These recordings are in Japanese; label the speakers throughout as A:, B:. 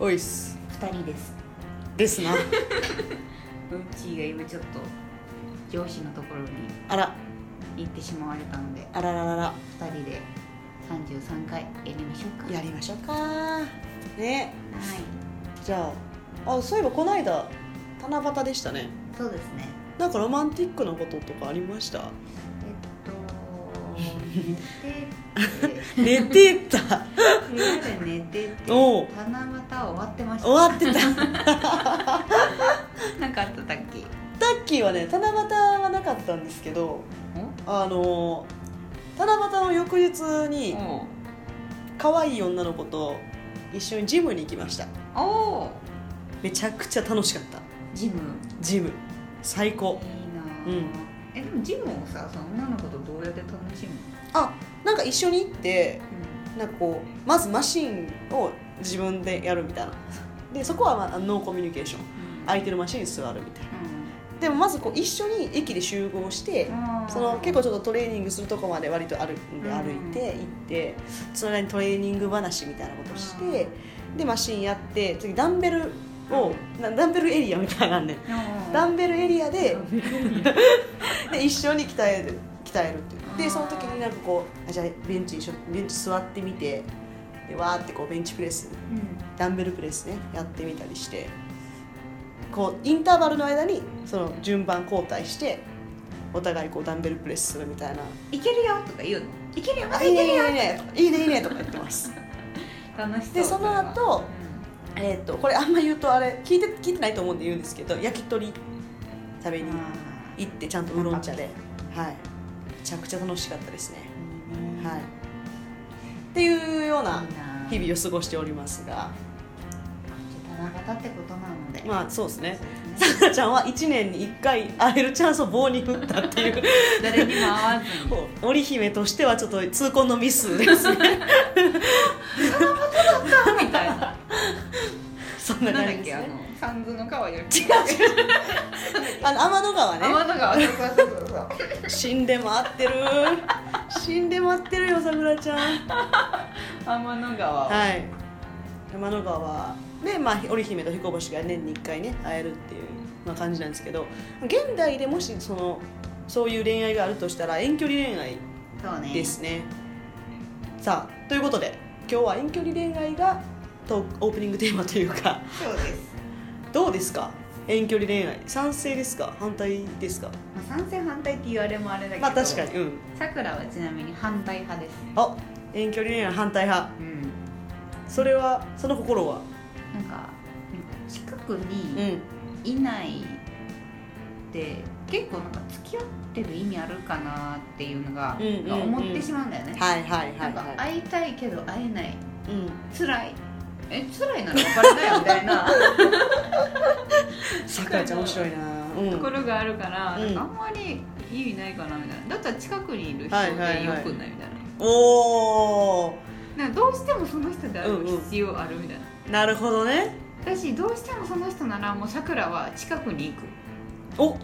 A: おいっす
B: 2人です
A: ですな
B: うんちーが今ちょっと上司のところに
A: あら
B: 行ってしまわれたので
A: あらららら
B: 2人で33回やりましょうか
A: やりましょうかね
B: はい
A: じゃああそういえばこの間七夕でしたね
B: そうですね
A: なんかロマンティックなこととかありました
B: えっと寝てて
A: 寝てた
B: 部屋で寝てて
A: おう
B: 七夕終わってました
A: 終わってた
B: なんかあっただっけ
A: タッキーはね七夕はなかったんですけどあの七夕の翌日に
B: お
A: 可愛い女の子と一緒にジムに行きました
B: おう
A: めちゃくちゃ楽しかった
B: ジム
A: ジム最高
B: いいなあ、
A: うん
B: えでもジムをさその女の子とどうやって楽しむ
A: あなんか一緒に行って
B: の、
A: なんかこうまずマシンを自分でやるみたいなでそこは、まあ、ノーコミュニケーション
B: い
A: 相手のマシンに座るみたいなでもまずこう一緒に駅で集合してその結構ちょっとトレーニングするとこまで割と歩んで
B: うん
A: 歩いて行ってその間にトレーニング話みたいなことしてでマシンやって次ダンベルをなダンベルエリアみたいなんでダンベルエリアでで一緒に鍛える鍛えるっていうでその時になんかこうあじゃあベンチ一緒ベンチ座ってみてでわーってこうベンチプレスダンベルプレスねやってみたりしてこうインターバルの間にその順番交代してお互いこうダンベルプレスするみたいな
B: 「いけるよ」とか言うの「いけるよ
A: 「
B: ま
A: あ
B: た
A: い
B: い
A: い
B: ける
A: ねいい
B: よ
A: ねいいねいいね」とか言ってます」
B: 楽しそう
A: でその
B: れは
A: 後、 えー、とこれあんま言うとあれ聞いて聞いてないと思うんで言うんですけど焼き鳥食べ
B: うん
A: に
B: あ
A: 行ってちゃんとウーロン茶ではいめちゃくちゃ楽しかったですね
B: ーいいね
A: はいっていうような日々を過ごしておりますが
B: 々七夕ってことなので
A: まあそうですね
B: そうですね
A: さなちゃんは1年に1回会えるチャンスを棒に振ったっていう
B: 誰にも会わずに
A: 織姫としてはちょっと痛恨の ミスですね
B: みたいな
A: そんな
B: なんだ
A: 感
B: っ
A: じです
B: けあ
A: ね
B: のサンズの川より
A: 違う違うあの天の川ね
B: 天の川そうそうそうそう
A: 死んで待ってる死んで待ってるよさくらちゃん
B: 天の川を
A: はい天の川で、まあ、織姫と彦星が年に1回ね会えるっていう、まあ、感じなんですけど現代でもしそのそういう恋愛があるとしたら遠距離恋愛
B: そうね
A: ですね、さあということで今日は遠距離恋愛がとオープニングテーマというか
B: そうです、
A: どうですか遠距離恋愛賛成ですか反対ですか
B: まあ、賛成反対って言われもあれだけど
A: まあ確かにうん
B: さくらはちなみに反対派です
A: あ遠距離恋愛反対派
B: うん
A: それはその心は
B: なんか近く
A: う
B: に
A: ん
B: いないって結構なんか付き合ってる意味あるかなっていうのが、
A: うんうんうん
B: 思ってしまうんだよね、
A: はいはいは
B: ないんか
A: は
B: 会いたいけど会えない
A: いうん
B: 辛いえ辛いなら別れだよみたいな
A: さくらちゃん面白いなうん
B: ところがあるから、
A: う
B: なん
A: ん
B: かあんまり意味ないかなみたいなだったら近くにいる人
A: はいはいは
B: で
A: い
B: よくないみたいな、
A: おお
B: なんかどうしてもその人である必要あるみたいな、
A: なるほどね
B: 私どうしてもその人ならもうさくらは近くに行く
A: お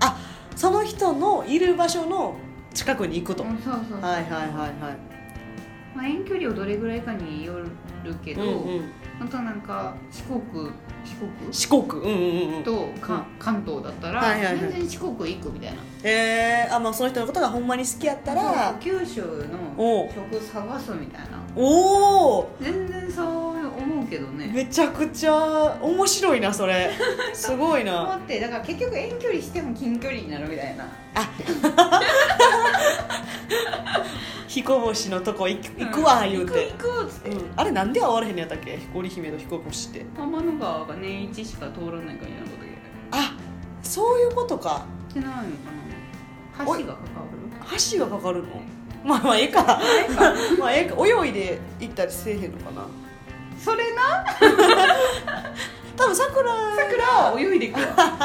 A: あその人のいる場所の近くに行くと、
B: うんそうそうそう
A: はいはいはいはい
B: まあ、遠距離をどれぐらいかによるけど、
A: うんうん、
B: またなんか四国四国
A: 四国うんうんうん
B: とか、関東だったら、
A: はいはいはい
B: 全然四国行くみたいな
A: えー、あまあその人のことがほんまに好きやった
B: そう
A: ら
B: 九州
A: お
B: の
A: う
B: 食探すみたいな
A: おお
B: 全然そう思うけどね
A: めちゃくちゃ面白いなそれすごい
B: 思
A: な
B: ってだから結局遠距離しても近距離になるみたいな
A: 彦星のとこ行く行くわ言うて
B: 行、く行くっつって、
A: うんあれなんで会われへんのやったっけ織姫と彦星って
B: 天の川が年一しか通らないからみたいなこと言う
A: あそういうことか
B: してないのかな
A: おい
B: 橋がかかる
A: 箸がかかるのまあまあええか まあええか泳いで行ったりせえへんのかな
B: それな
A: 多分さくら
B: さくら泳いでく るパッ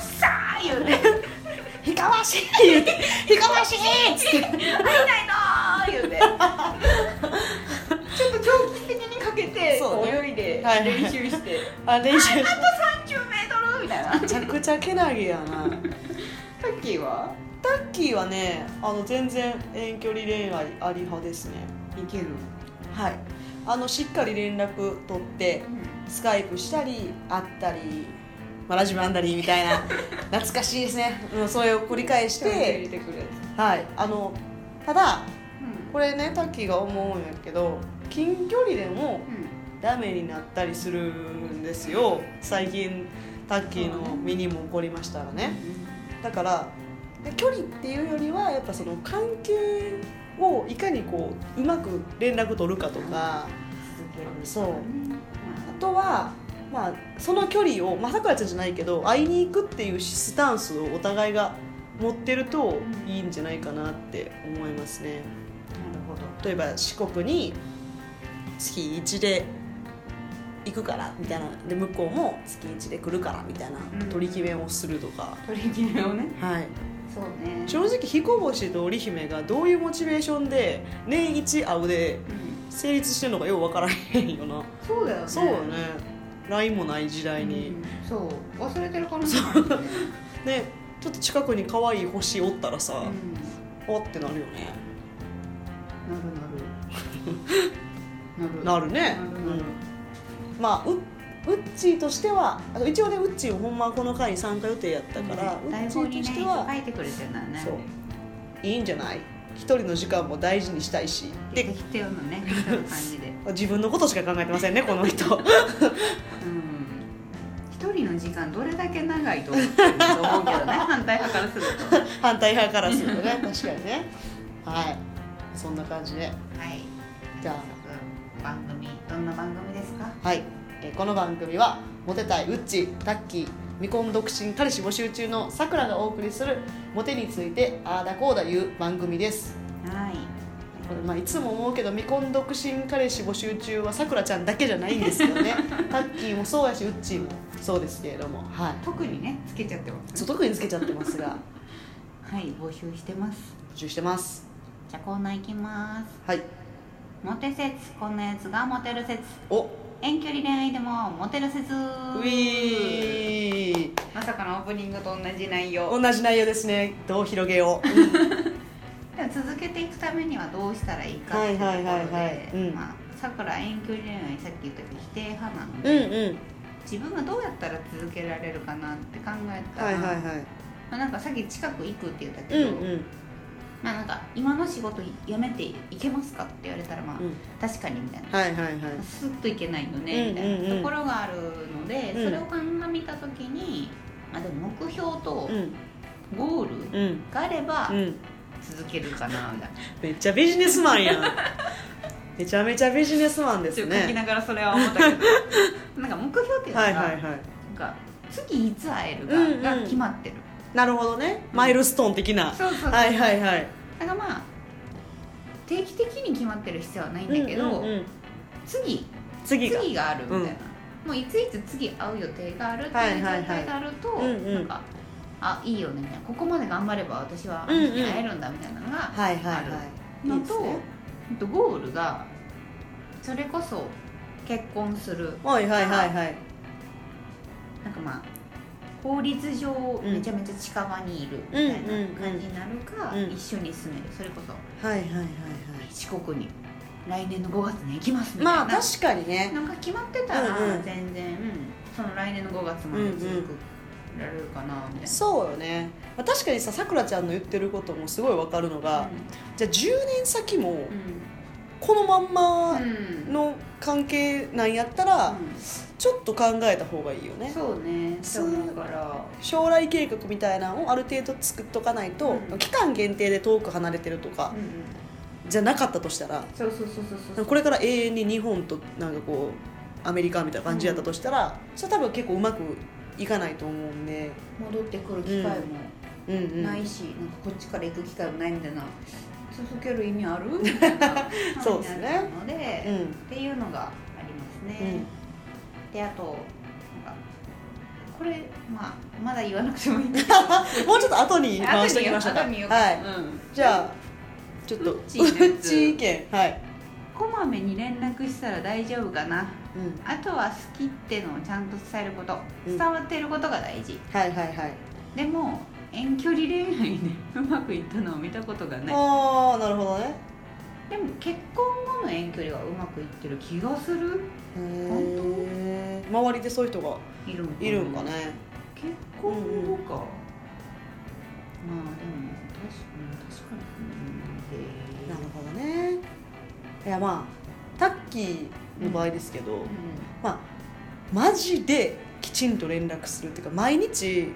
B: サー言うて
A: 「ひかわし!」って言って「ひかわし!」っつって
B: あー言うてちょっと長期的にかけて
A: そうね
B: 泳いで
A: はいはい
B: 練習して
A: あ練習し
B: 10メートルみたいなさ
A: めちゃくちゃけなげやな
B: っきは
A: タッキーはねあの全然遠距離恋愛あり派ですね
B: いける
A: はいあのしっかり連絡取ってスカイプしたり会ったり、まあ、ラジオ編んだりみたい な懐かしいですね、うん、それを繰り返し
B: 入れて
A: て、
B: くるやつ
A: はい、あのただ
B: うん
A: これねタッキーが思うんやけど近距離でもダメになったりするんですよ最近タッキーの身にも起こりましたらね。だからで距離っていうよりはやっぱその関係をいかにこううまく連絡取るかとかそうあとは、まあ、その距離をまあさくらちゃんじゃないけど会いに行くっていうスタンスをお互いが持ってるといいんじゃないかなって思いますね。
B: なるほど
A: 例えば四国に月1で行くからみたいなで向こうも月1で来るからみたいな
B: うん
A: 取り決めをするとか、
B: 取り決めをね
A: はい、
B: そうね
A: 正直彦星と織姫がどういうモチベーションで年一会うで
B: うん
A: 成立してるのかよう分からへんよな
B: そうだよね
A: そうよね LINE もない時代に、
B: うんそう忘れてる可能性もあるよね
A: ねちょっと近くに可愛い星おったら
B: う
A: さ、
B: ん
A: おってなるよね
B: なるなる
A: なるね
B: なるなる
A: うん、まあうウッチーとしてはあの一応ねウッチーもほんまはこの回に参加予定やったから、ウ
B: 台
A: ッチ
B: 本
A: ー
B: に
A: と
B: ね
A: しては
B: 書いてくれてるんだよね
A: そういいんじゃない一人の時間も大事にしたいし
B: で
A: で
B: きてるのねみたいな感じで
A: 自分のことしか考えてま せんねこの人
B: うん一人の時間どれだけ長いと思ってるのと思うけど ね反対派からするとは
A: 反対派からするとね 確かにねはいそんな感じで
B: い
A: じゃ
B: 早速番組どんな番組ですか
A: あはい、えーこの番組はモテたいウッチタッキー未婚独身彼氏募集中のさくらがお送りするモテについてああだこうだ言う番組です
B: はい
A: これまあいつも思うけど未婚独身彼氏募集中はさくらちゃんだけじゃないんですよ ねタッキーもそうやしウッチーもそうですけれどもはい
B: 特にねつけちゃってます
A: そう特につけちゃってますが
B: はい募集してます
A: 募集してます
B: じゃあコーナーいきます
A: はい
B: モテ説こんなやつがモテる説
A: おウ
B: 遠距離恋愛でもモテる説
A: ィー
B: まさかのオープニングと同じ内容
A: 同じ内容ですねどう広げよう
B: では続けていくためにはどうしたらいいか
A: は
B: ってい
A: いう
B: とこ
A: は
B: ろ
A: い
B: で
A: はいはいうん
B: まあさくら遠距離恋愛さっき言ったけど否定派なの
A: うん
B: で、
A: うん
B: 自分がどうやったら続けられるかなって考えたら、
A: はいはい
B: ま
A: は
B: あ、なんかさっき近く行くって言った
A: い
B: け
A: うん
B: ど、
A: うん
B: まあ、なんか今の仕事辞めていけますかって言われたらまあ、
A: うん
B: 確かにみたいな。
A: はいはいはい
B: スッといけないよねみた
A: うん
B: い
A: うんう
B: なんところがあるので、
A: うん
B: それを鑑みた時に、まあ、でも目標と
A: うん
B: ゴール
A: うん
B: があれば
A: うん
B: 続けるかなみたいな。
A: めっちゃビジネスマンや んめちゃめちゃビジネスマンで
B: ち
A: す
B: ょっと書き
A: ね
B: ながらそれは思ったけ どなんか目標っていうのが、
A: はいはいはい
B: なんか次いつ会える
A: う
B: か
A: んうん
B: が決まってる、
A: なるほどねマイルストーン的な
B: そうそう、
A: はいはいはい
B: だからまあ定期的に決まってる必要はないんだけど、
A: うんうんうん
B: 次
A: 次が
B: 次があるみたいな、
A: うん
B: もういついつ次会う予定があるっていう状態があると、
A: はいはいはいうんうん
B: なんかあいいよねみたいなここまで頑張れば私は
A: うんうん
B: 会えるんだみたいなのが、
A: はいはい
B: あ
A: はい
B: の
A: いいです
B: と
A: ね
B: あとゴールがそれこそ結婚する
A: はいはいはいはい
B: なんかまあ法律上
A: ん
B: めちゃめちゃ近場にいるみたいな感じになるか、
A: うんうんうん
B: 一緒に住めるそれこそ
A: はいはいはいはい
B: 四国に来年の5月に行きますみたいな、
A: まあ確かにね
B: なんか決まってたら
A: うんうん
B: 全然、その来年の5月まで続くられるかなみたいな。
A: そうよねまあ確かにささくらちゃんの言ってることもすごいわかるのが、じゃあ10年先も
B: うん
A: このまんま
B: うん
A: の関係なんやったら、
B: う
A: ちょっと考えた方がいいよ
B: ん
A: ね
B: そうね
A: そ
B: そううだから
A: 将来計画みたいなのをある程度作っとかないと、
B: うん
A: 期間限定で遠く離れてるとか
B: うんうん
A: じゃなかったとしたら
B: そうそうそうそうそう
A: これから永遠に日本となんかこうアメリカみたいな感じやったとしたら、それ多分結構うまくいかないと思うんで、
B: 戻ってくる機会も
A: うんうん、
B: ないし、なんかこっちから行く機会もないみたいな続ける意味あるみたいな
A: そうで
B: 感じ
A: すね
B: になるので、
A: うん
B: っていうのがありますね、であとなんかこれ、まあ、まだ言わなくてもいいん だけど
A: もうちょっと後に回しておきましょうか
B: 後に言う
A: はい、
B: うん
A: じゃあちょっと
B: うっ
A: う
B: ちーのやつ
A: っち意見はい、
B: こまめに連絡したら大丈夫かな
A: うん、
B: あとは好きってのをちゃんと伝えること
A: うん
B: 伝わっていることが大事、
A: はいはいはい
B: でも遠距離恋愛でうまくいったのを見たことがない
A: ああなるほどね
B: でも結婚後の遠距離はうまくいってる気がする
A: へー周りでそういう人が
B: いるん
A: いるんかね
B: 結婚後か、まあでも確か確かに、うん、
A: なるほどねいやまあタッキーの場合ですけど、まあマジできちんと連絡するっていうか毎日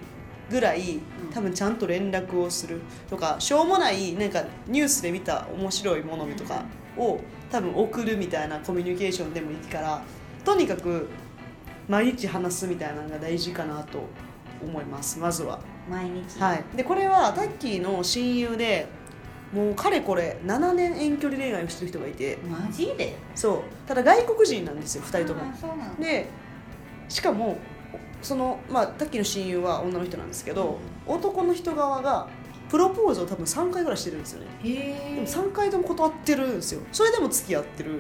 A: ぐらい
B: ん
A: 多分ちゃんと連絡をするとかしょうもないなんかニュースで見た面白いものとかを多分送るみたいなコミュニケーションでもいいからとにかく毎日話すみたいなのが大事かなと思いますまずは。
B: 毎日
A: はい、でこれはタッキーの親友でもうかれこれ7年遠距離恋愛をしてる人がいて
B: マジで
A: そうただ外国人なんですよ2人とも
B: あ。そうなの
A: でしかもその、まあ、タッキーの親友は女の人なんですけど、男の人側がプロポーズを多分3回ぐらいしてるんですよね
B: へ
A: で
B: え
A: も3回とも断ってるんですよそれでも付き合ってる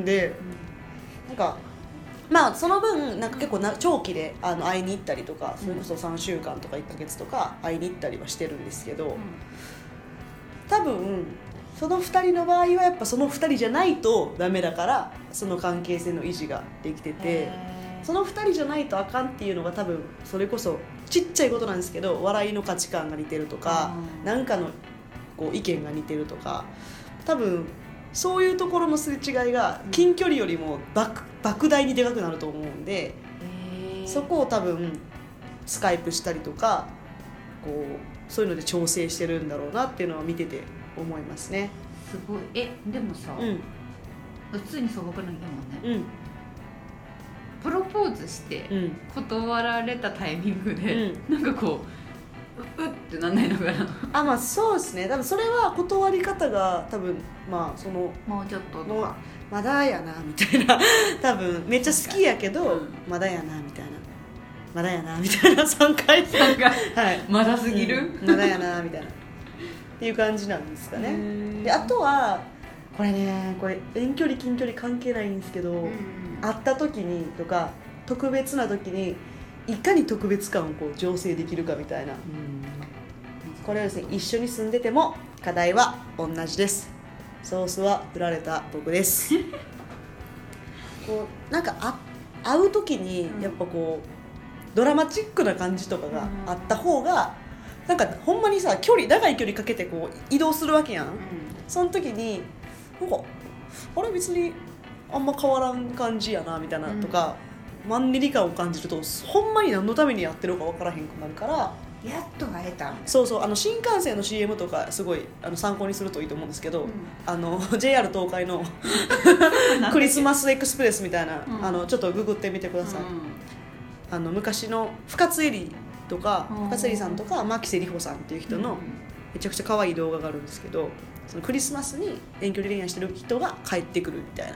A: んでなんかまあその分なんか結構な長期であの会いに行ったりとかそれこそ3週間とか1ヶ月とか会いに行ったりはしてるんですけど、多分その2人の場合はやっぱその2人じゃないとダメだからその関係性の維持ができてて。その2人じゃないとあかんっていうのが多分それこそちっちゃいことなんですけど笑いの価値観が似てるとか
B: うん
A: 何かのこう意見が似てるとか多分そういうところのすれ違いが
B: うん
A: 近距離よりも莫莫大にでかくなると思うんでそこを多分スカイプしたりとかこうそういうので調整してるんだろうなっていうのは見てて思いますね。
B: すごいえでもさ、
A: うん
B: 普通に素朴な疑問ね
A: うん
B: プロポーズして
A: うん
B: 断られたタイミングで、なんかこうううってなんないのかな
A: あまあそうですね多分それは断り方が多分まあその
B: もうちょっと
A: もうまだやなみたいな 多分めっちゃ好きやけど、
B: うん
A: まだやなみたいなまだやなみたいな3回
B: なんか
A: はい
B: まだすぎる、
A: うんまだやなみたいなっていう感じなんですかね
B: ね
A: であ、とはこれねこれ遠距離近距離関係ないんですけど、
B: うん
A: 会った時にとか特別な時にいかに特別感をこう醸成できるかみたいな
B: うん
A: これはですね一緒に住んでても課題は同じですソースは振られた僕です こうなんかあ会う時に
B: うん
A: やっぱこうドラマチックな感じとかがあった方がなんかほんまにさ距離長い距離かけてこう移動するわけやん
B: う
A: その時になんかあれ別にあんま変わらん感じやなみたいなとか、マンネリ感を感じるとほんまに何のためにやってるのか分からへんくなるから
B: んやっと会えた、
A: そうそうあの新幹線の CM とかすごいあの参考にするといいと思うんですけど、
B: う
A: あの JR 東海のクリスマスエクスプレスみたいな、
B: うん
A: あのちょっとググってみてください、あの昔の深津絵里とか
B: うん
A: 深津絵里さんとか牧瀬里穂さんっていう人のめちゃくちゃ可愛い動画があるんですけどそのクリスマスに遠距離恋愛してる人が帰ってくるみたい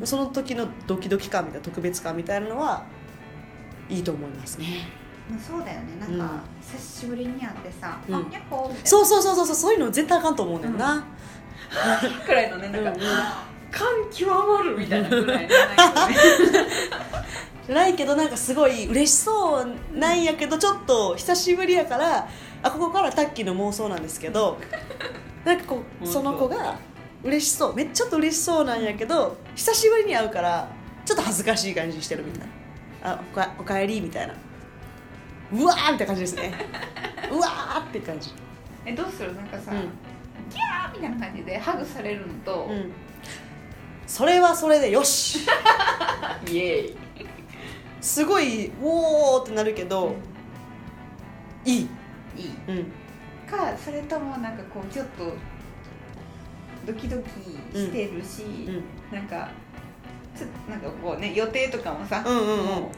A: なその時のドキドキ感みたいな特別感みたいなのはいいと思いますね
B: まあ、そうだよねなんか、久しぶりに会ってさ「
A: うん
B: あやっほー」みたい
A: そうそうそうそうそうそういうの絶対あかんと思うねんな、
B: なくらいのねなんか、
A: うんうん
B: 感極まるみたいなぐらいのね
A: ないけどなんかすごい嬉しそうなんやけどちょっと久しぶりやからあここからタッキーの妄想なんです けどなんかこう
B: 妄想
A: その子が嬉しそうめっちゃちょっと嬉しそうなんやけど久しぶりに会うからちょっと恥ずかしい感じしてるみたいな「あおかおかえり」みたいな「うわー」みたいな感じです ね「うわー」って感じ、
B: えどうするなんかさ、
A: うん
B: ギャーみたいな感じでハグされるのと、
A: うん、それはそれでよし
B: イエーイ
A: すごい「おー」ってなるけどいい、
B: いい
A: うん、
B: かそれともなんかこうちょっとドキドキしてるし、
A: うん
B: なんかちょっとなんかこうね予定とかもさ、
A: うんうんうん
B: も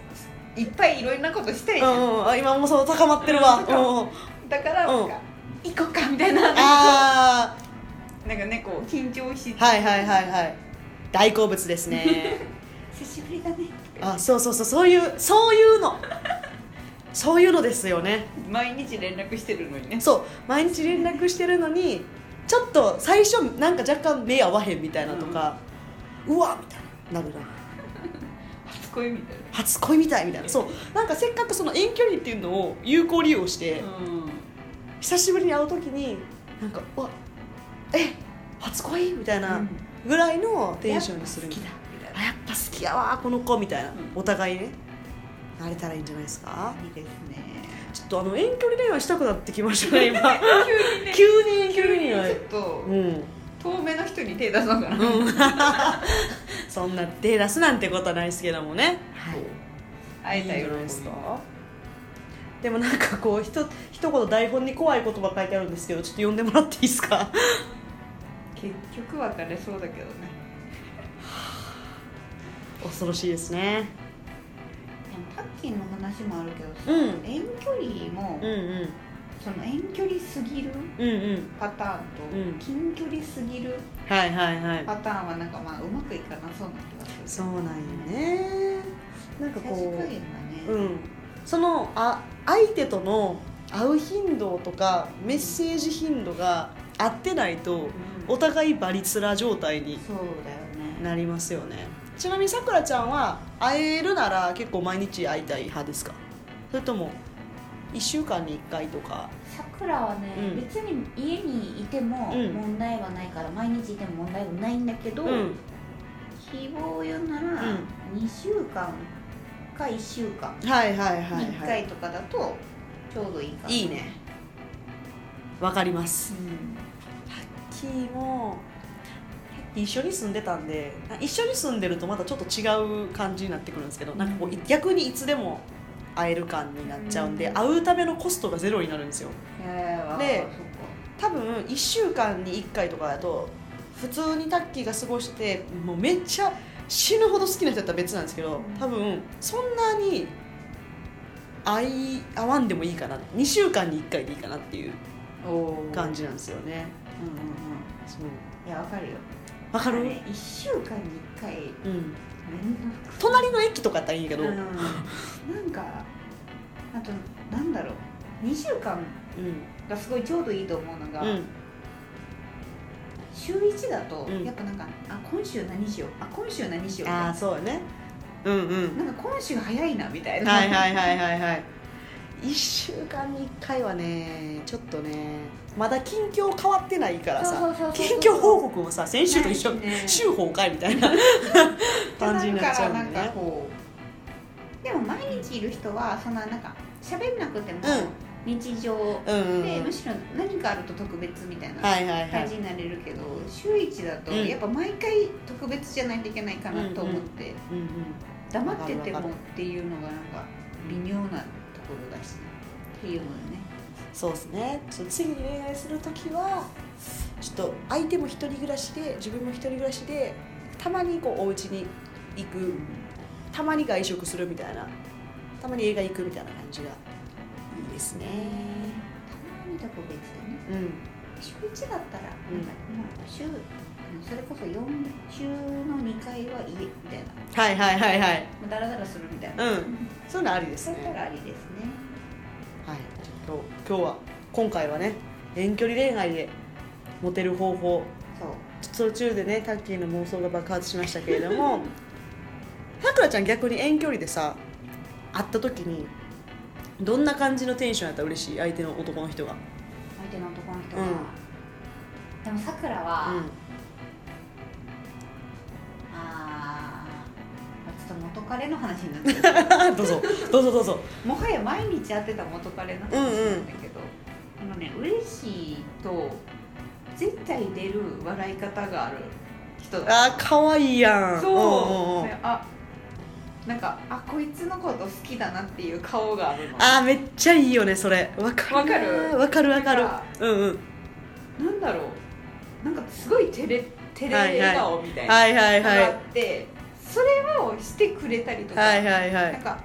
B: ういっぱいいろんなことしたいじゃん、
A: うんうん、あ今もそう高まってるわ、
B: うん
A: うんうん、
B: だからなんか、行こっかみたいななんか
A: あ
B: なんかねこう緊張し
A: あはいはいはいはい大好物ですね
B: 久しぶりだねとか
A: あそうそうそうそういうそういうのそういうのですよね
B: 毎日連絡してるのにね
A: そう毎日連絡してるのにちょっと最初なんか若干目合わへんみたいなとか、うわみたいななるな
B: 初恋みたい
A: 初恋みたいみたいなそうなんかせっかくその遠距離っていうのを有効利用して、
B: な、うん
A: 久しぶりに会う時になんか「うわえ初恋みたいな
B: うん
A: ぐらいのテンションにする
B: 好
A: み
B: き
A: たい
B: だ
A: な
B: みたいな
A: あやっぱ好きやわこの子みたいな、
B: うん
A: お互いねなれたらいいんじゃないですか
B: いいですね
A: ちょっとあの遠距離恋愛したくなってきましたね今
B: 急にね
A: 急に遠距離恋
B: ちょ
A: 愛
B: っと
A: うん
B: 遠目の人に手出そうかな
A: うんそんな手出すなんてことはないですけどもね
B: はい会え
A: いんじ
B: た
A: ゃ
B: よ
A: ないですかでもなんかこうひと一言台本に怖い言葉書いてあるんですけどちょっと読んでもらっていいですか
B: 結局別れそうだけどね
A: 恐ろしいです
B: で
A: ね
B: もタッキーの話もあるけどさ、
A: うん
B: 遠距離も、
A: うんうん
B: その遠距離すぎる
A: うんうん
B: パターン
A: うん
B: と近距離すぎる
A: はいはいはい
B: パターンはなんかまあうまくいかなそうな気がする
A: そうなんよねなんか
B: さじ
A: こ
B: 加減がね、
A: ううんそのあ相手との会う頻度とかメッセージ頻度が合ってないと
B: うん
A: お互いバリツラ状態に
B: そうだよね
A: なりますよねちなみにさくらちゃんは会えるなら結構毎日会いたい派ですかそれとも1週間に1回とか
C: さくらはね、
A: うん
C: 別に家にいても
A: うん
C: 問題はないから、毎日いても問題はないんだけど、
A: うん
C: 希望を言うなら
A: うん
C: 2週間か1週間
A: はいはいは
B: 一
A: いは
B: 回
A: い
B: とかだとちょうどいいかない
A: いねわかります
B: うん
A: キーも一緒に住んでたんで一緒に住んでるとまたちょっと違う感じになってくるんですけどなんかこう逆にいつでも会える感になっちゃうんで、
B: うん
A: 会うためのコストがゼロになるんですよ
B: えーわ
A: で
B: そっか
A: 多分1週間に1回とかだと普通にタッキーが過ごしてもうめっちゃ死ぬほど好きな人だったら別なんですけど多分そんなに会い会わんでもいいかな2週間に1回でいいかなっていう
B: おー
A: 感じなんですよね
B: うんうんうん
A: そう
B: いやわかるよ
A: わかる、
B: ね1週間に1回
A: うん、
B: めんどくさ
A: 隣の駅とかやったらいいけど、
B: う
A: うんん
B: なんかあとなんだろう2週間がすごいちょうどいいと思うのが、
A: うん
B: 週1だと
A: うん
B: やっぱなんか、あ今週何しようあ今週何しよう
A: ああそうやねうんうん
B: なんか今週早いなみたいな、
A: はいはいはいはいはい1週間に1回はねちょっとねまだ近況変わってないからさ
C: うそう
A: 近況報告もさ先週と一緒
B: ないね
A: 週報かいみたいな感じになっちゃう
B: だからな
A: んだ
B: ん
A: ね
B: かこうでも毎日いる人はそんななんか喋んなくても日常
A: うんうんうん
B: で、むしろ何かあると特別みたいな
A: はいはいは
B: 感
A: い
B: じになれるけど、週1だと
A: うん
B: やっぱ毎回特別じゃないといけないかなと思って、
A: うんうん
B: 黙ってて
A: わ
B: もっ
A: かるわか
B: ていうのがなんか微妙なところだしっていうのでね
A: そうですねちょっと次に恋愛する時はちょっと相手も一人暮らしで自分も一人暮らしでたまにこうお家に行くたまに外食するみたいなたまに映画行くみたいな感じがいいですね
B: えたまに特別でね
A: うん
B: 週1だったらなんか、
A: うん
B: まあ週それこそ4週の2回は家みたいな
A: はいはいはいはい
B: まあダラダラするみたいな、
A: うんそういうのありです
B: そ
A: ね
B: れからありですね
A: はい、今日今日は今回はね遠距離恋愛でモテる方法
B: そう
A: 途中でねタッキーの妄想が爆発しましたけれども さくらちゃん逆に遠距離でさ会った時にどんな感じのテンションやったら嬉しい相手の男の人が
B: 相手の男の人
A: う
B: が、
A: ん
C: でもさくら
A: う
C: は、
A: ん
B: あーちょっと元彼の話になっちゃう
A: あ どうぞどうぞどうぞ
B: もはや毎日会ってた元彼の話なんだけど、あのね嬉しいと絶対出る笑い方がある人だ
A: あー可愛いやん
B: そう、
A: んうんうん
B: ねあなんかあこいつのこと好きだなっていう顔があるの
A: あーめっちゃいいよねそれわかるなわかるわかる
B: なんか
A: うんうん
B: なんだろうなんかすごい照れ照れ笑顔みたいな
A: はいはい
B: の
A: はい
B: があって、それをしてくれたりとか、
A: はいはいは
B: なん
A: い
B: か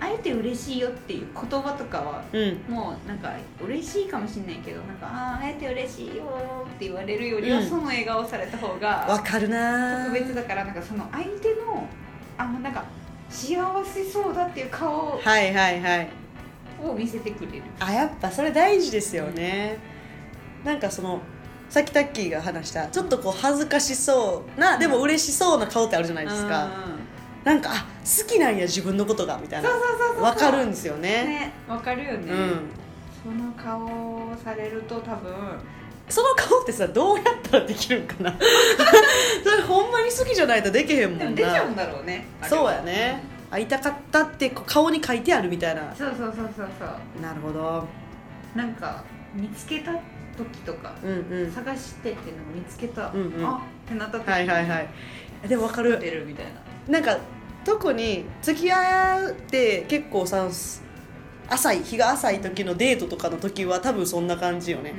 B: あえて嬉しいよっていう言葉とかは
A: うん
B: もうなんか嬉しいかもしれないけどなんかあーあえて嬉しいよって言われるより
A: う
B: は
A: ん
B: その笑顔された方
A: わ
B: が
A: かるな
B: 特別だからなんかその相手のあなんか幸せそうだっていう顔
A: はいはいはい
B: を見せてくれる
A: あやっぱそれ大事ですよね、なんかそのさっきタッキーが話したちょっとこう恥ずかしそうなでも嬉しそうな顔ってあるじゃないですか、なんかあ好きなんや自分のことがみた
B: う
A: い
B: んそ
A: な
B: うそうそうそう
A: わかるんですよね
B: ねわかるよね、
A: うん
B: その顔をされると多分
A: その顔ってさどうやったらできるんか なそれほんまに好きじゃないとできへんも
B: でも
A: ん
B: 出ちゃう
A: なん
B: だろうねあれは
A: そうやね会いたかったってこう顔に書いてあるみたいな
B: そうそうそうそうそう
A: なるほど
B: なんか見つけた時とか、
A: うんうん
B: 探してっていうのを見つけた、
A: うんうん
B: あってなった時
A: はいはいはいでも分かる
B: 出るみたいな
A: なんか特に付き合って結構さ浅い日が浅い時のデートとかの時は多分そんな感じよね、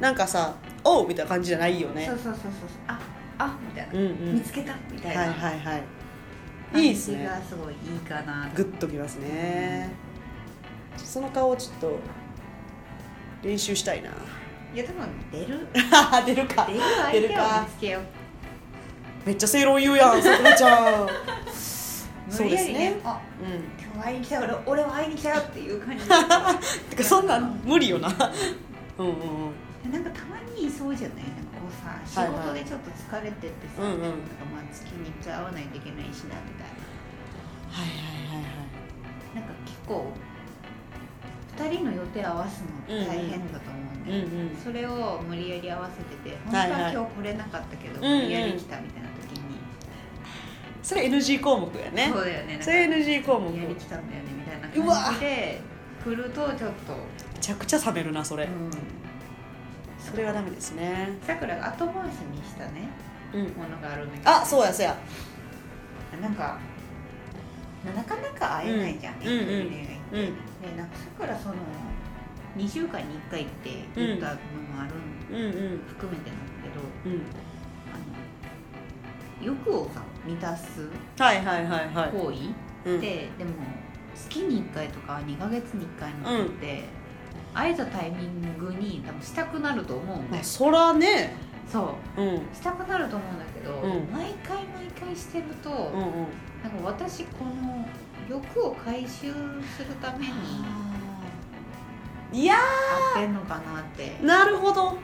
A: なんかさ「おう」みたいな感じじゃないよね
B: そうそうそうそうああみたいな、
A: うんう
B: 見
A: ん
B: つけたみた
A: はいい
B: な、
A: はいはいいいですね
B: 感じがすごいいいかな
A: グッときますねその顔をちょっと練習したいな
B: いや多分出る
A: 出る か
B: 出る相手を
A: 出るか
B: 見つけよう
A: めっちゃ正論言うやんさくらちゃんそ
B: 無理
A: うで
B: や
A: す
B: り
A: ね
B: ねあ
A: うん
B: 今日会いに来たから俺は会いに来たよっていう感じなん か
A: てかそんなん無理 よなうんうん
B: たまにいそうじゃないなんかこうさ
A: は
B: 仕
A: いはい
B: 事でちょっと疲れててさ、
A: うんうん
B: なんかまあ月に一回会わないといけないしなみたいな
A: はいはいはいはい
B: なんか結構2人の予定合わすの大変だと思うん
A: う
B: で、
A: んうん
B: それを無理やり合わせてて本当
A: はいはい
B: は今日来れなかったけど、
A: うんうん
B: 無理やり来たみたいな時に、
A: それ NG 項目やね
B: そうだよねなん
A: そ
B: か
A: れ NG 項目
B: 無理やり
A: め
B: 来たんだよねみたいな
A: うわ
B: 感じで来るとちょっと、
A: ちゃくちゃ冷めるなそれ、
B: うん
A: それはダメですね
B: さくらが後回しにしたね
A: うん
B: ものがあるんだけど
A: あそうやそうや
B: なんかなかなか会えないじゃん、
A: うん
B: 遠距離恋愛って
A: うん
B: でなんかさくらその2週間に1回って言ったのもあるん、
A: うんうん
B: 含めてなんだけど
A: うん
B: あの欲をさ満たす
A: はいはいはいはい
B: 行為っ
A: うんうん
B: て、でも月に1回とか2ヶ月に1回のことって、会えたタイミングに多分したくなると思うんだ
A: まあ
B: よ
A: そらね
B: そ
A: うんうん
B: うしたくなると思うんだけど、
A: うん
B: 毎回毎回してると、
A: うん
B: なんか私この欲を回収するために
A: いや
B: 会ってんのかなって
A: ーなるほど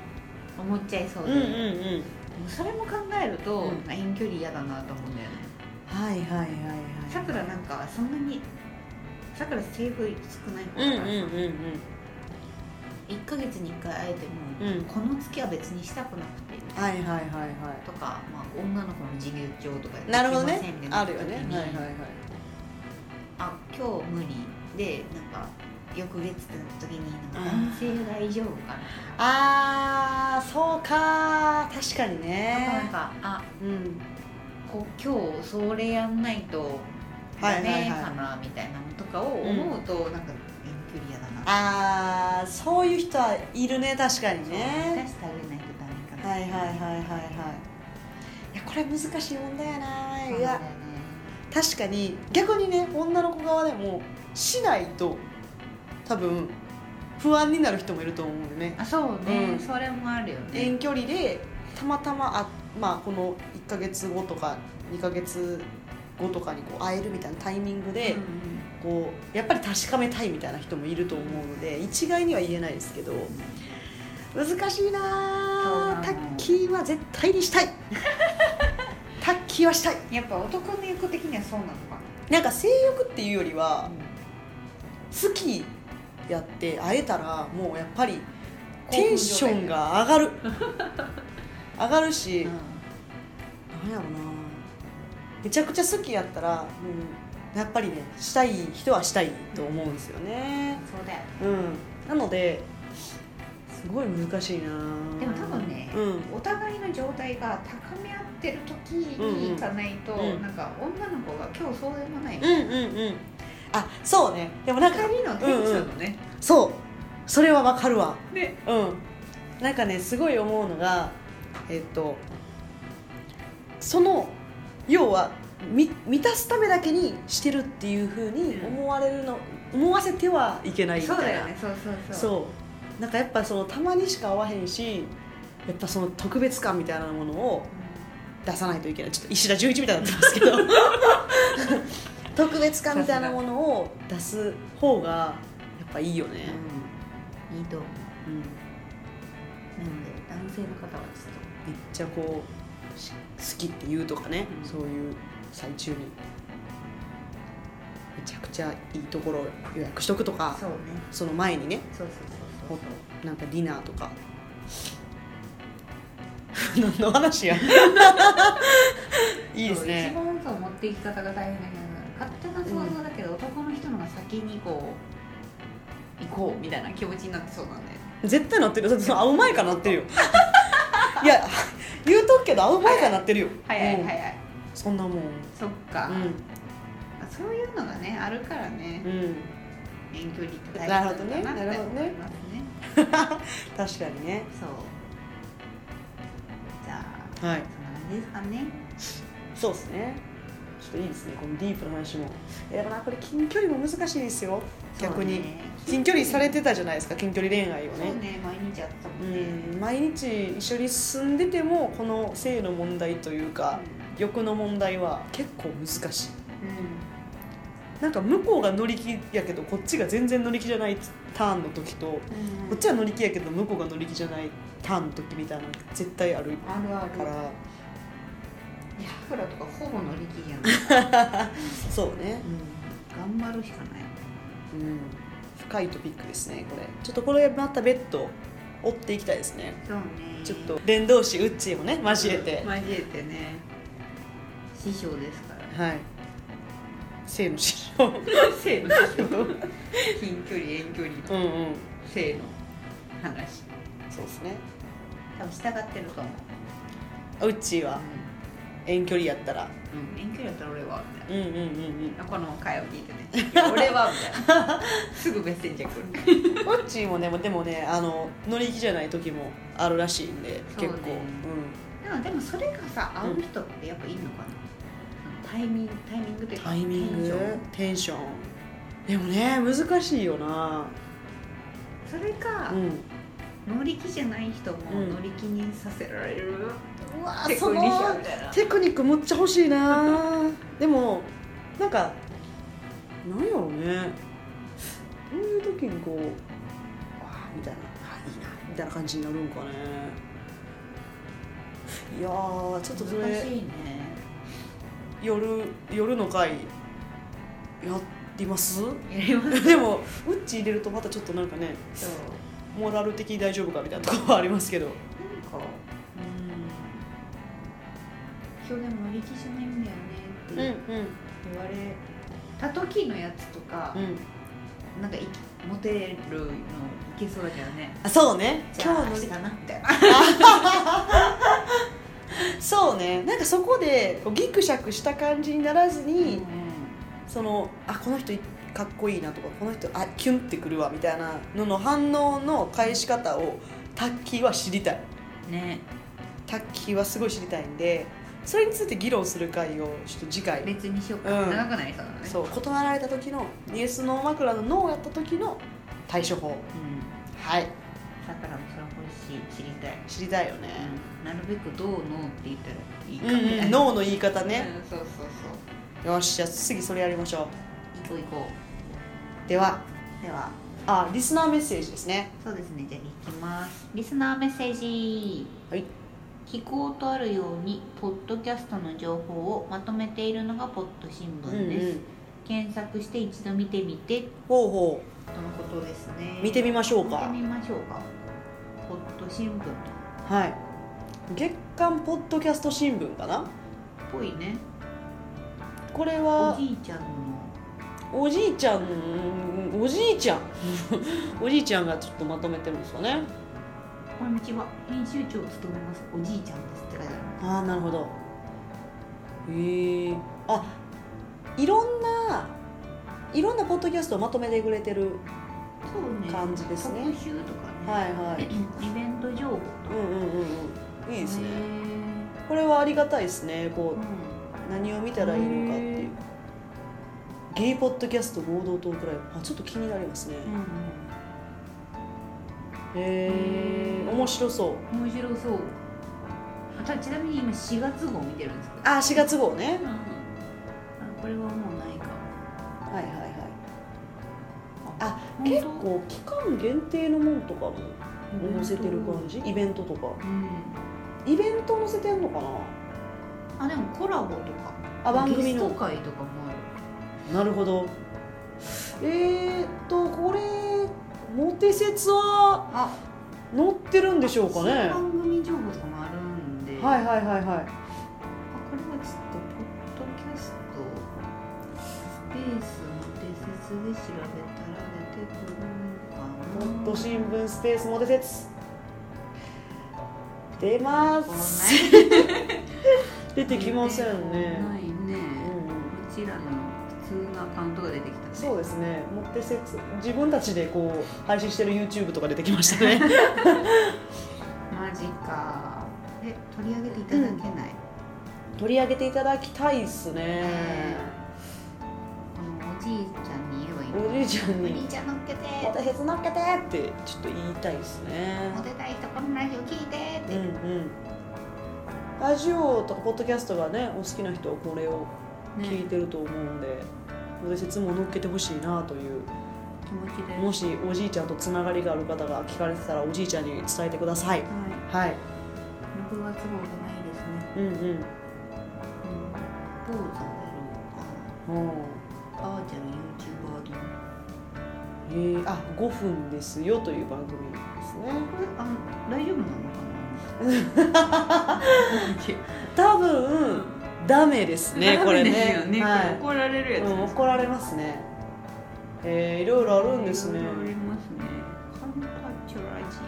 B: 思っちゃいそう
A: う
B: で、
A: んうん
B: でも
A: うん
B: それも考えると、
A: うん
B: 遠距離嫌だなと思うんだよね
A: はいはいはいはい
B: さくらなんかそんなにさくらセーフ少ない方
A: うんうん
B: だから、
A: うんうん
B: 1か月に1回会えても、
A: うん
B: この月は別にしたくなくて
A: はいはいはいは
B: とか、まあ、女の子の自由帳とか
A: いなるほどね
B: できませんみたいな
A: あるよね
B: 時に
A: はいはいはい
B: あ今日無理でなんか翌月ってなった時になんか
A: あー
B: 男性大丈夫かな
A: あーそうかー確かに
B: とかなん
A: ね
B: かあ
A: うん
B: こ今日それやんないと
A: は
B: ダ
A: いはいはい
B: メかなみたいなのとかを思うと、なんか遠距離嫌だなって
A: あーそういう人はいるね確かに
B: 出
A: ね
B: してあげないとダメかな
A: はいはいはいはいはいいやこれ難しい問題やな
B: そうだよ
A: いや
B: ね
A: 確かに逆にね女の子側でもしないと多分不安になる人もいると思うんでね
B: あそうね、
A: うん
B: それもあるよね
A: 遠距離でたまたまあ、まあ、この1ヶ月後とか2ヶ月後とかにこう会えるみたいなタイミングで、
B: うん
A: こうやっぱり確かめたいみたいな人もいると思うので一概には言えないですけど難しいなあ
B: そ
A: タ
B: うなの
A: ッキーは絶対にしたい タッキーはしたい
B: うんやっぱ男の欲的にはそうなのか
A: なんか性欲っていうより
B: な、
A: は好きやって会えたらもうやっぱりテンションが上 がる上がるし、
B: うん
A: なんやろなめちゃくちゃ好きやったらもうやっぱりねしたい人はしたいと思うんですよね
B: そうだよ
A: うんなのですごい難しいな
B: でも多分ね
A: うん
B: お互いの状態が高め合ってる時に行かないと、
A: うんうん
B: なんか女の子が今日そうでもない、
A: うんうんうんあそうねでもなんか
B: 二人のテンションのね、
A: そうそれはわかるわ
B: で
A: うんなんかねすごい思うのがえっとその要はみ満たすためだけにしてるっていうふうに思われるの、思わせてはいけないみた
B: そう
A: いな
B: だよねそうそうそう
A: そうなんかやっぱそのたまにしか会わへんしやっぱその特別感みたいなものを出さないといけないちょっと石田純一みたいになってますけど 特別感みたいなものを出す方がやっぱいいよね、
B: うんいいと思う
A: うん、め
B: なので男性の方はちょっと
A: っちゃこうし好きって言うとかね、
B: うん
A: そういう最中にめちゃくちゃいいところ予約しとくとか
B: そうね
A: その前にね
B: そうそうそうそう
A: なんかディナーとか 何の話 やいいです
B: 一
A: ね
B: 番そう持っていき方が大変だけど勝手な想像だけど、男の人のが先にこう行こうみたいな気持ちになってそうなんで
A: 絶対なってるだってその会う前からなってるよいや言うとくけど会う前からなってるよ
B: 早い
A: うん
B: 早い
A: そんなもん
B: そっか、
A: う
B: そういうのがねあるからね
A: んうん
B: 遠距離って
A: なるほどね
B: って思いますね
A: 確かにね
B: そうじゃあ
A: はい
B: そんな感じですかね
A: そうですねちょっといいですねこのディープな話もえだからこれ近距離も難しいですよ逆に、
B: そうね
A: 近距離されてたじゃないですか近距離恋愛を
B: そう
A: ね
B: ね毎日やってたも
A: うん
B: ね、
A: ん毎日一緒に住んでてもこの性の問題というか欲の問題は結構難しい
B: うん
A: なんか向こうが乗り気やけどこっちが全然乗り気じゃないターンの時とこ
B: うん
A: っちは乗り気やけど向こうが乗り気じゃないターンの時みたいなの絶対ある
B: あるある
A: から
B: いやフラとかほぼ乗り切りやない
A: そうね
B: 頑張るしかない
A: うん深いトピックですねこれちょっとこれまた別途追っていきたいですね
B: そうね
A: ちょっと伝道師ウッチーもね交えて、
B: 交えてね師匠です から
A: はい性の師 匠
B: 性の師匠近距離遠距離
A: うん
B: の
A: うん
B: 性の話
A: そうですね
C: 多分従ってると思う
A: ウッチーは
B: う
A: 遠距離やったら
B: ん、うん、遠距離だったら俺はみたい
A: うんうんうん
B: なこの回を聞いてねいや俺はみたいなすぐメッセンジャー来る
A: うんウッチーもねでもねあの乗り気じゃない時もあるらしいんで
B: そうね
A: 結構、
B: でもでもそれがさ会う人ってやっぱいるのかな、タイミングタイミングとい
A: うん、
B: うか
A: タイミン
B: テシ
A: グ
B: ョン
A: テンションでもね難しいよな
B: それか、
A: うん
B: 乗り気じゃない人も
A: うん
B: 乗り気にさせられる、
A: うわ
B: テクニシャンみたいな
A: テクニックむっちゃ欲しいなでもなんかなんやろうねそういう時にこうあーみたいなあーいいなみたいな感じになるんかねいやーちょっとそ
C: 難
A: れ
C: しいね
A: 夜夜の回やります
B: やります
A: でもウッチ入れるとまたちょっとなんかね
B: そう
A: モラル的に大丈夫かみたいなところはありますけど
B: なんか今日でも乗り気じゃないんだよ
A: うんうん
B: ねって言われた時のやつとか、
A: うん
B: なんかいモテるのいけそうだけどね
A: あそうね
C: じ
A: 今
C: ゃあ
A: 日の
C: 明日な
B: みたいな
A: そうねなんかそこでこうギクシャクした感じにならずに、そのあこの人いかっこいいなとかこの人あキュンってくるわみたいなのの反応の返し方をタッキーは知りたい
B: ね
A: タッキーはすごい知りたいんでそれについて議論する回をちょっと次回、
B: 別にしようか、
A: うん
B: 長くなりそうだね
A: そう断られた時のイエスノー枕のノーやった時の対処法
B: うん
A: はい
B: だからもそれ欲しい知りたい、
A: 知りたいよね、
B: なるべくどうのって言ったらいいうか
A: んうん
B: みたいな
A: ノーの言い方ね、
B: うんそうそう
A: よしじゃあ次それやりましょ
B: そう行こう行こ
A: うでは
B: うでは
A: あリスナーメッセージですね
B: そうですねじゃあ行きますリスナーメッセージ
A: はい
C: 気候とあるようにポッドキャストの情報をまとめているのがポッド新聞です、
A: ん、
C: 検索して一度見てみて
A: ほうほ
B: とのことですね
A: う見てみましょう
C: 見て
A: か
C: みましょうかポッド新聞っ
A: はい月刊ポッドキャスト新聞かな
B: ぽいね
A: これ
C: お
A: は
C: じいちゃんの
A: おじいちゃんおじいちゃん おじいちゃんがちょっとまとめてるんですよね
C: 「こんにちは編集長を務めますおじいちゃんです」って書いてある
A: ああなるほどへえあいろんないろんなポッドキャストをまとめてくれてる
C: そうね
A: 感じですね
C: 特集とかね、
A: はいはい
C: イベント情報とか
A: うんうんうんうんいいですね
C: へ
A: これはありがたいですねこ
C: ーう
A: うん何を見たらいいのかっていうゲイポッドキャスト合同トークライブあちょっと気になりますね、
C: う、
A: へえ面白そうん
C: 面白そうあたちなみに今4月号見てるんですけど
A: あ4月号ね
C: うんあこれはもうないか
A: はいはい
C: 本当
A: はい結構期間限定のもんとかも載せてる
C: 本
A: 感じイベントとか
C: 当うん
A: イベント載せてんのか
C: あでもコラボとか
A: なあ番組
C: ゲスト
A: の
C: 会とかもある
A: なるほどえー、っとこれモテ説は
B: あ
A: 載ってるんでしょうかね
C: 新番組情報とかもあるんで
B: で、
A: は
B: あ
A: いはいはいはい
B: これはちょっとポッドキャストスペースの定説で調べたら出てくる
A: ポッ
B: のかな
A: ド新聞スペースモテ鉄出ます
B: わかんない
A: 出てきませんね
B: ないね、
A: うん
B: うちらの普通のアカウントが出てきたね
A: そうですねモテ鉄自分たちでこう配信してる YouTube とか出てきました ね
B: マジかえ取り上げていただけない、
A: 取り上げていただきたいっすね
B: このおじいちゃんに言えばいいの
A: おじいちゃん
B: おじい
A: に
B: ちゃん乗っけて
A: 「モテ鉄乗っけて!」ってちょっと言いたいっすね
B: モテたい人このラジオ聞いてって、
A: うんうんラジオとかポッドキャストがねお好きな人はこれを聞い
B: ね
A: てると思うんで、モテ説も乗っけてほしいなという
B: 気持ちで
A: もしおじいちゃんとつながりがある方が聞かれてたらおじいちゃんに伝えてください
B: はい
A: はい
B: 6月号がないですね
A: うんうん
B: うんどうぞや
A: も
B: ろうかバーチャル YouTuber の
A: う、えー、あ5分ですよという番組ですね
B: これあの大丈夫なのかな
A: 多分ダメですね これね
B: ですよね、
A: はい
B: 怒られるやつ
A: うん、怒られますねえー、いろいろあるんですね
B: いろいろありますねカンパッチョラジ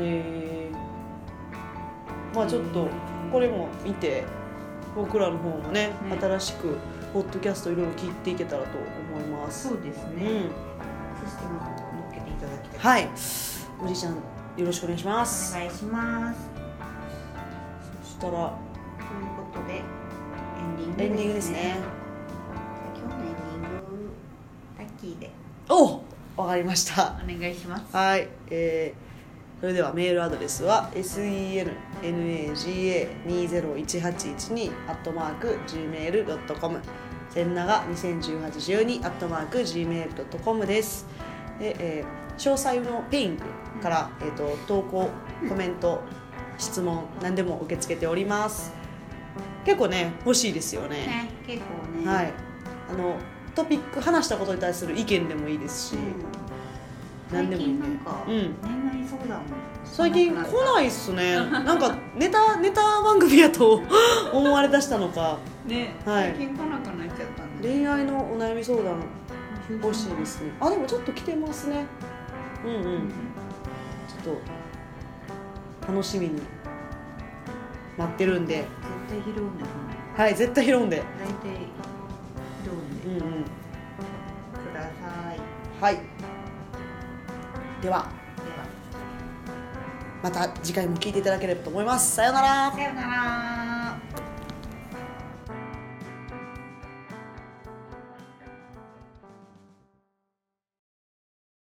B: オ
A: えー、まあちょっとこれも見て僕らの方もね、
B: うん
A: 新しくポッドキャストいろいろ聞いていけたらと思います。
B: そうです
A: う
B: ね、
A: ん、
B: そして乗っけていただきたい
A: はい、おじいちゃんよろしくお願いします。
B: お願いします
A: そしたら
B: ということでエンディング
A: エンディングですね。
B: 今日のエンディングタッキーで
A: お、わかりました。
B: お願いします
A: はい、えーそれではメールアドレスは sennaga201812 アットマーク gmail.com 千長201812アットマーク gmail.com ですで、えー詳細のペイングから、えー、と投稿コメント質問何でも受け付けております結構ね欲しいですよね
B: ね結構ね
A: はいあのトピック話したことに対する意見でもいいですし、
B: うん
A: 何で
B: 最
A: もいい
B: 近
A: ね
B: なんか
A: うん
B: 恋愛相談も
A: 最近
B: なくなっ
A: 来ないっすねなんかネタネタ番組やと 思われだしたのか
B: たね
A: はい
B: 最近来なくなっちゃったんで
A: 恋愛のお悩み相談欲しいですねあでもちょっと来てますねうんう
B: うんん
A: ちょっと楽しみに待ってるんで
B: 絶対拾うんだよね
A: はい絶対拾うんで
B: 大体拾うん
A: う
B: で
A: んうん
B: ください
A: はいでは
B: で
A: また次回も聞いていただければと思いますさようなら
B: はさようなら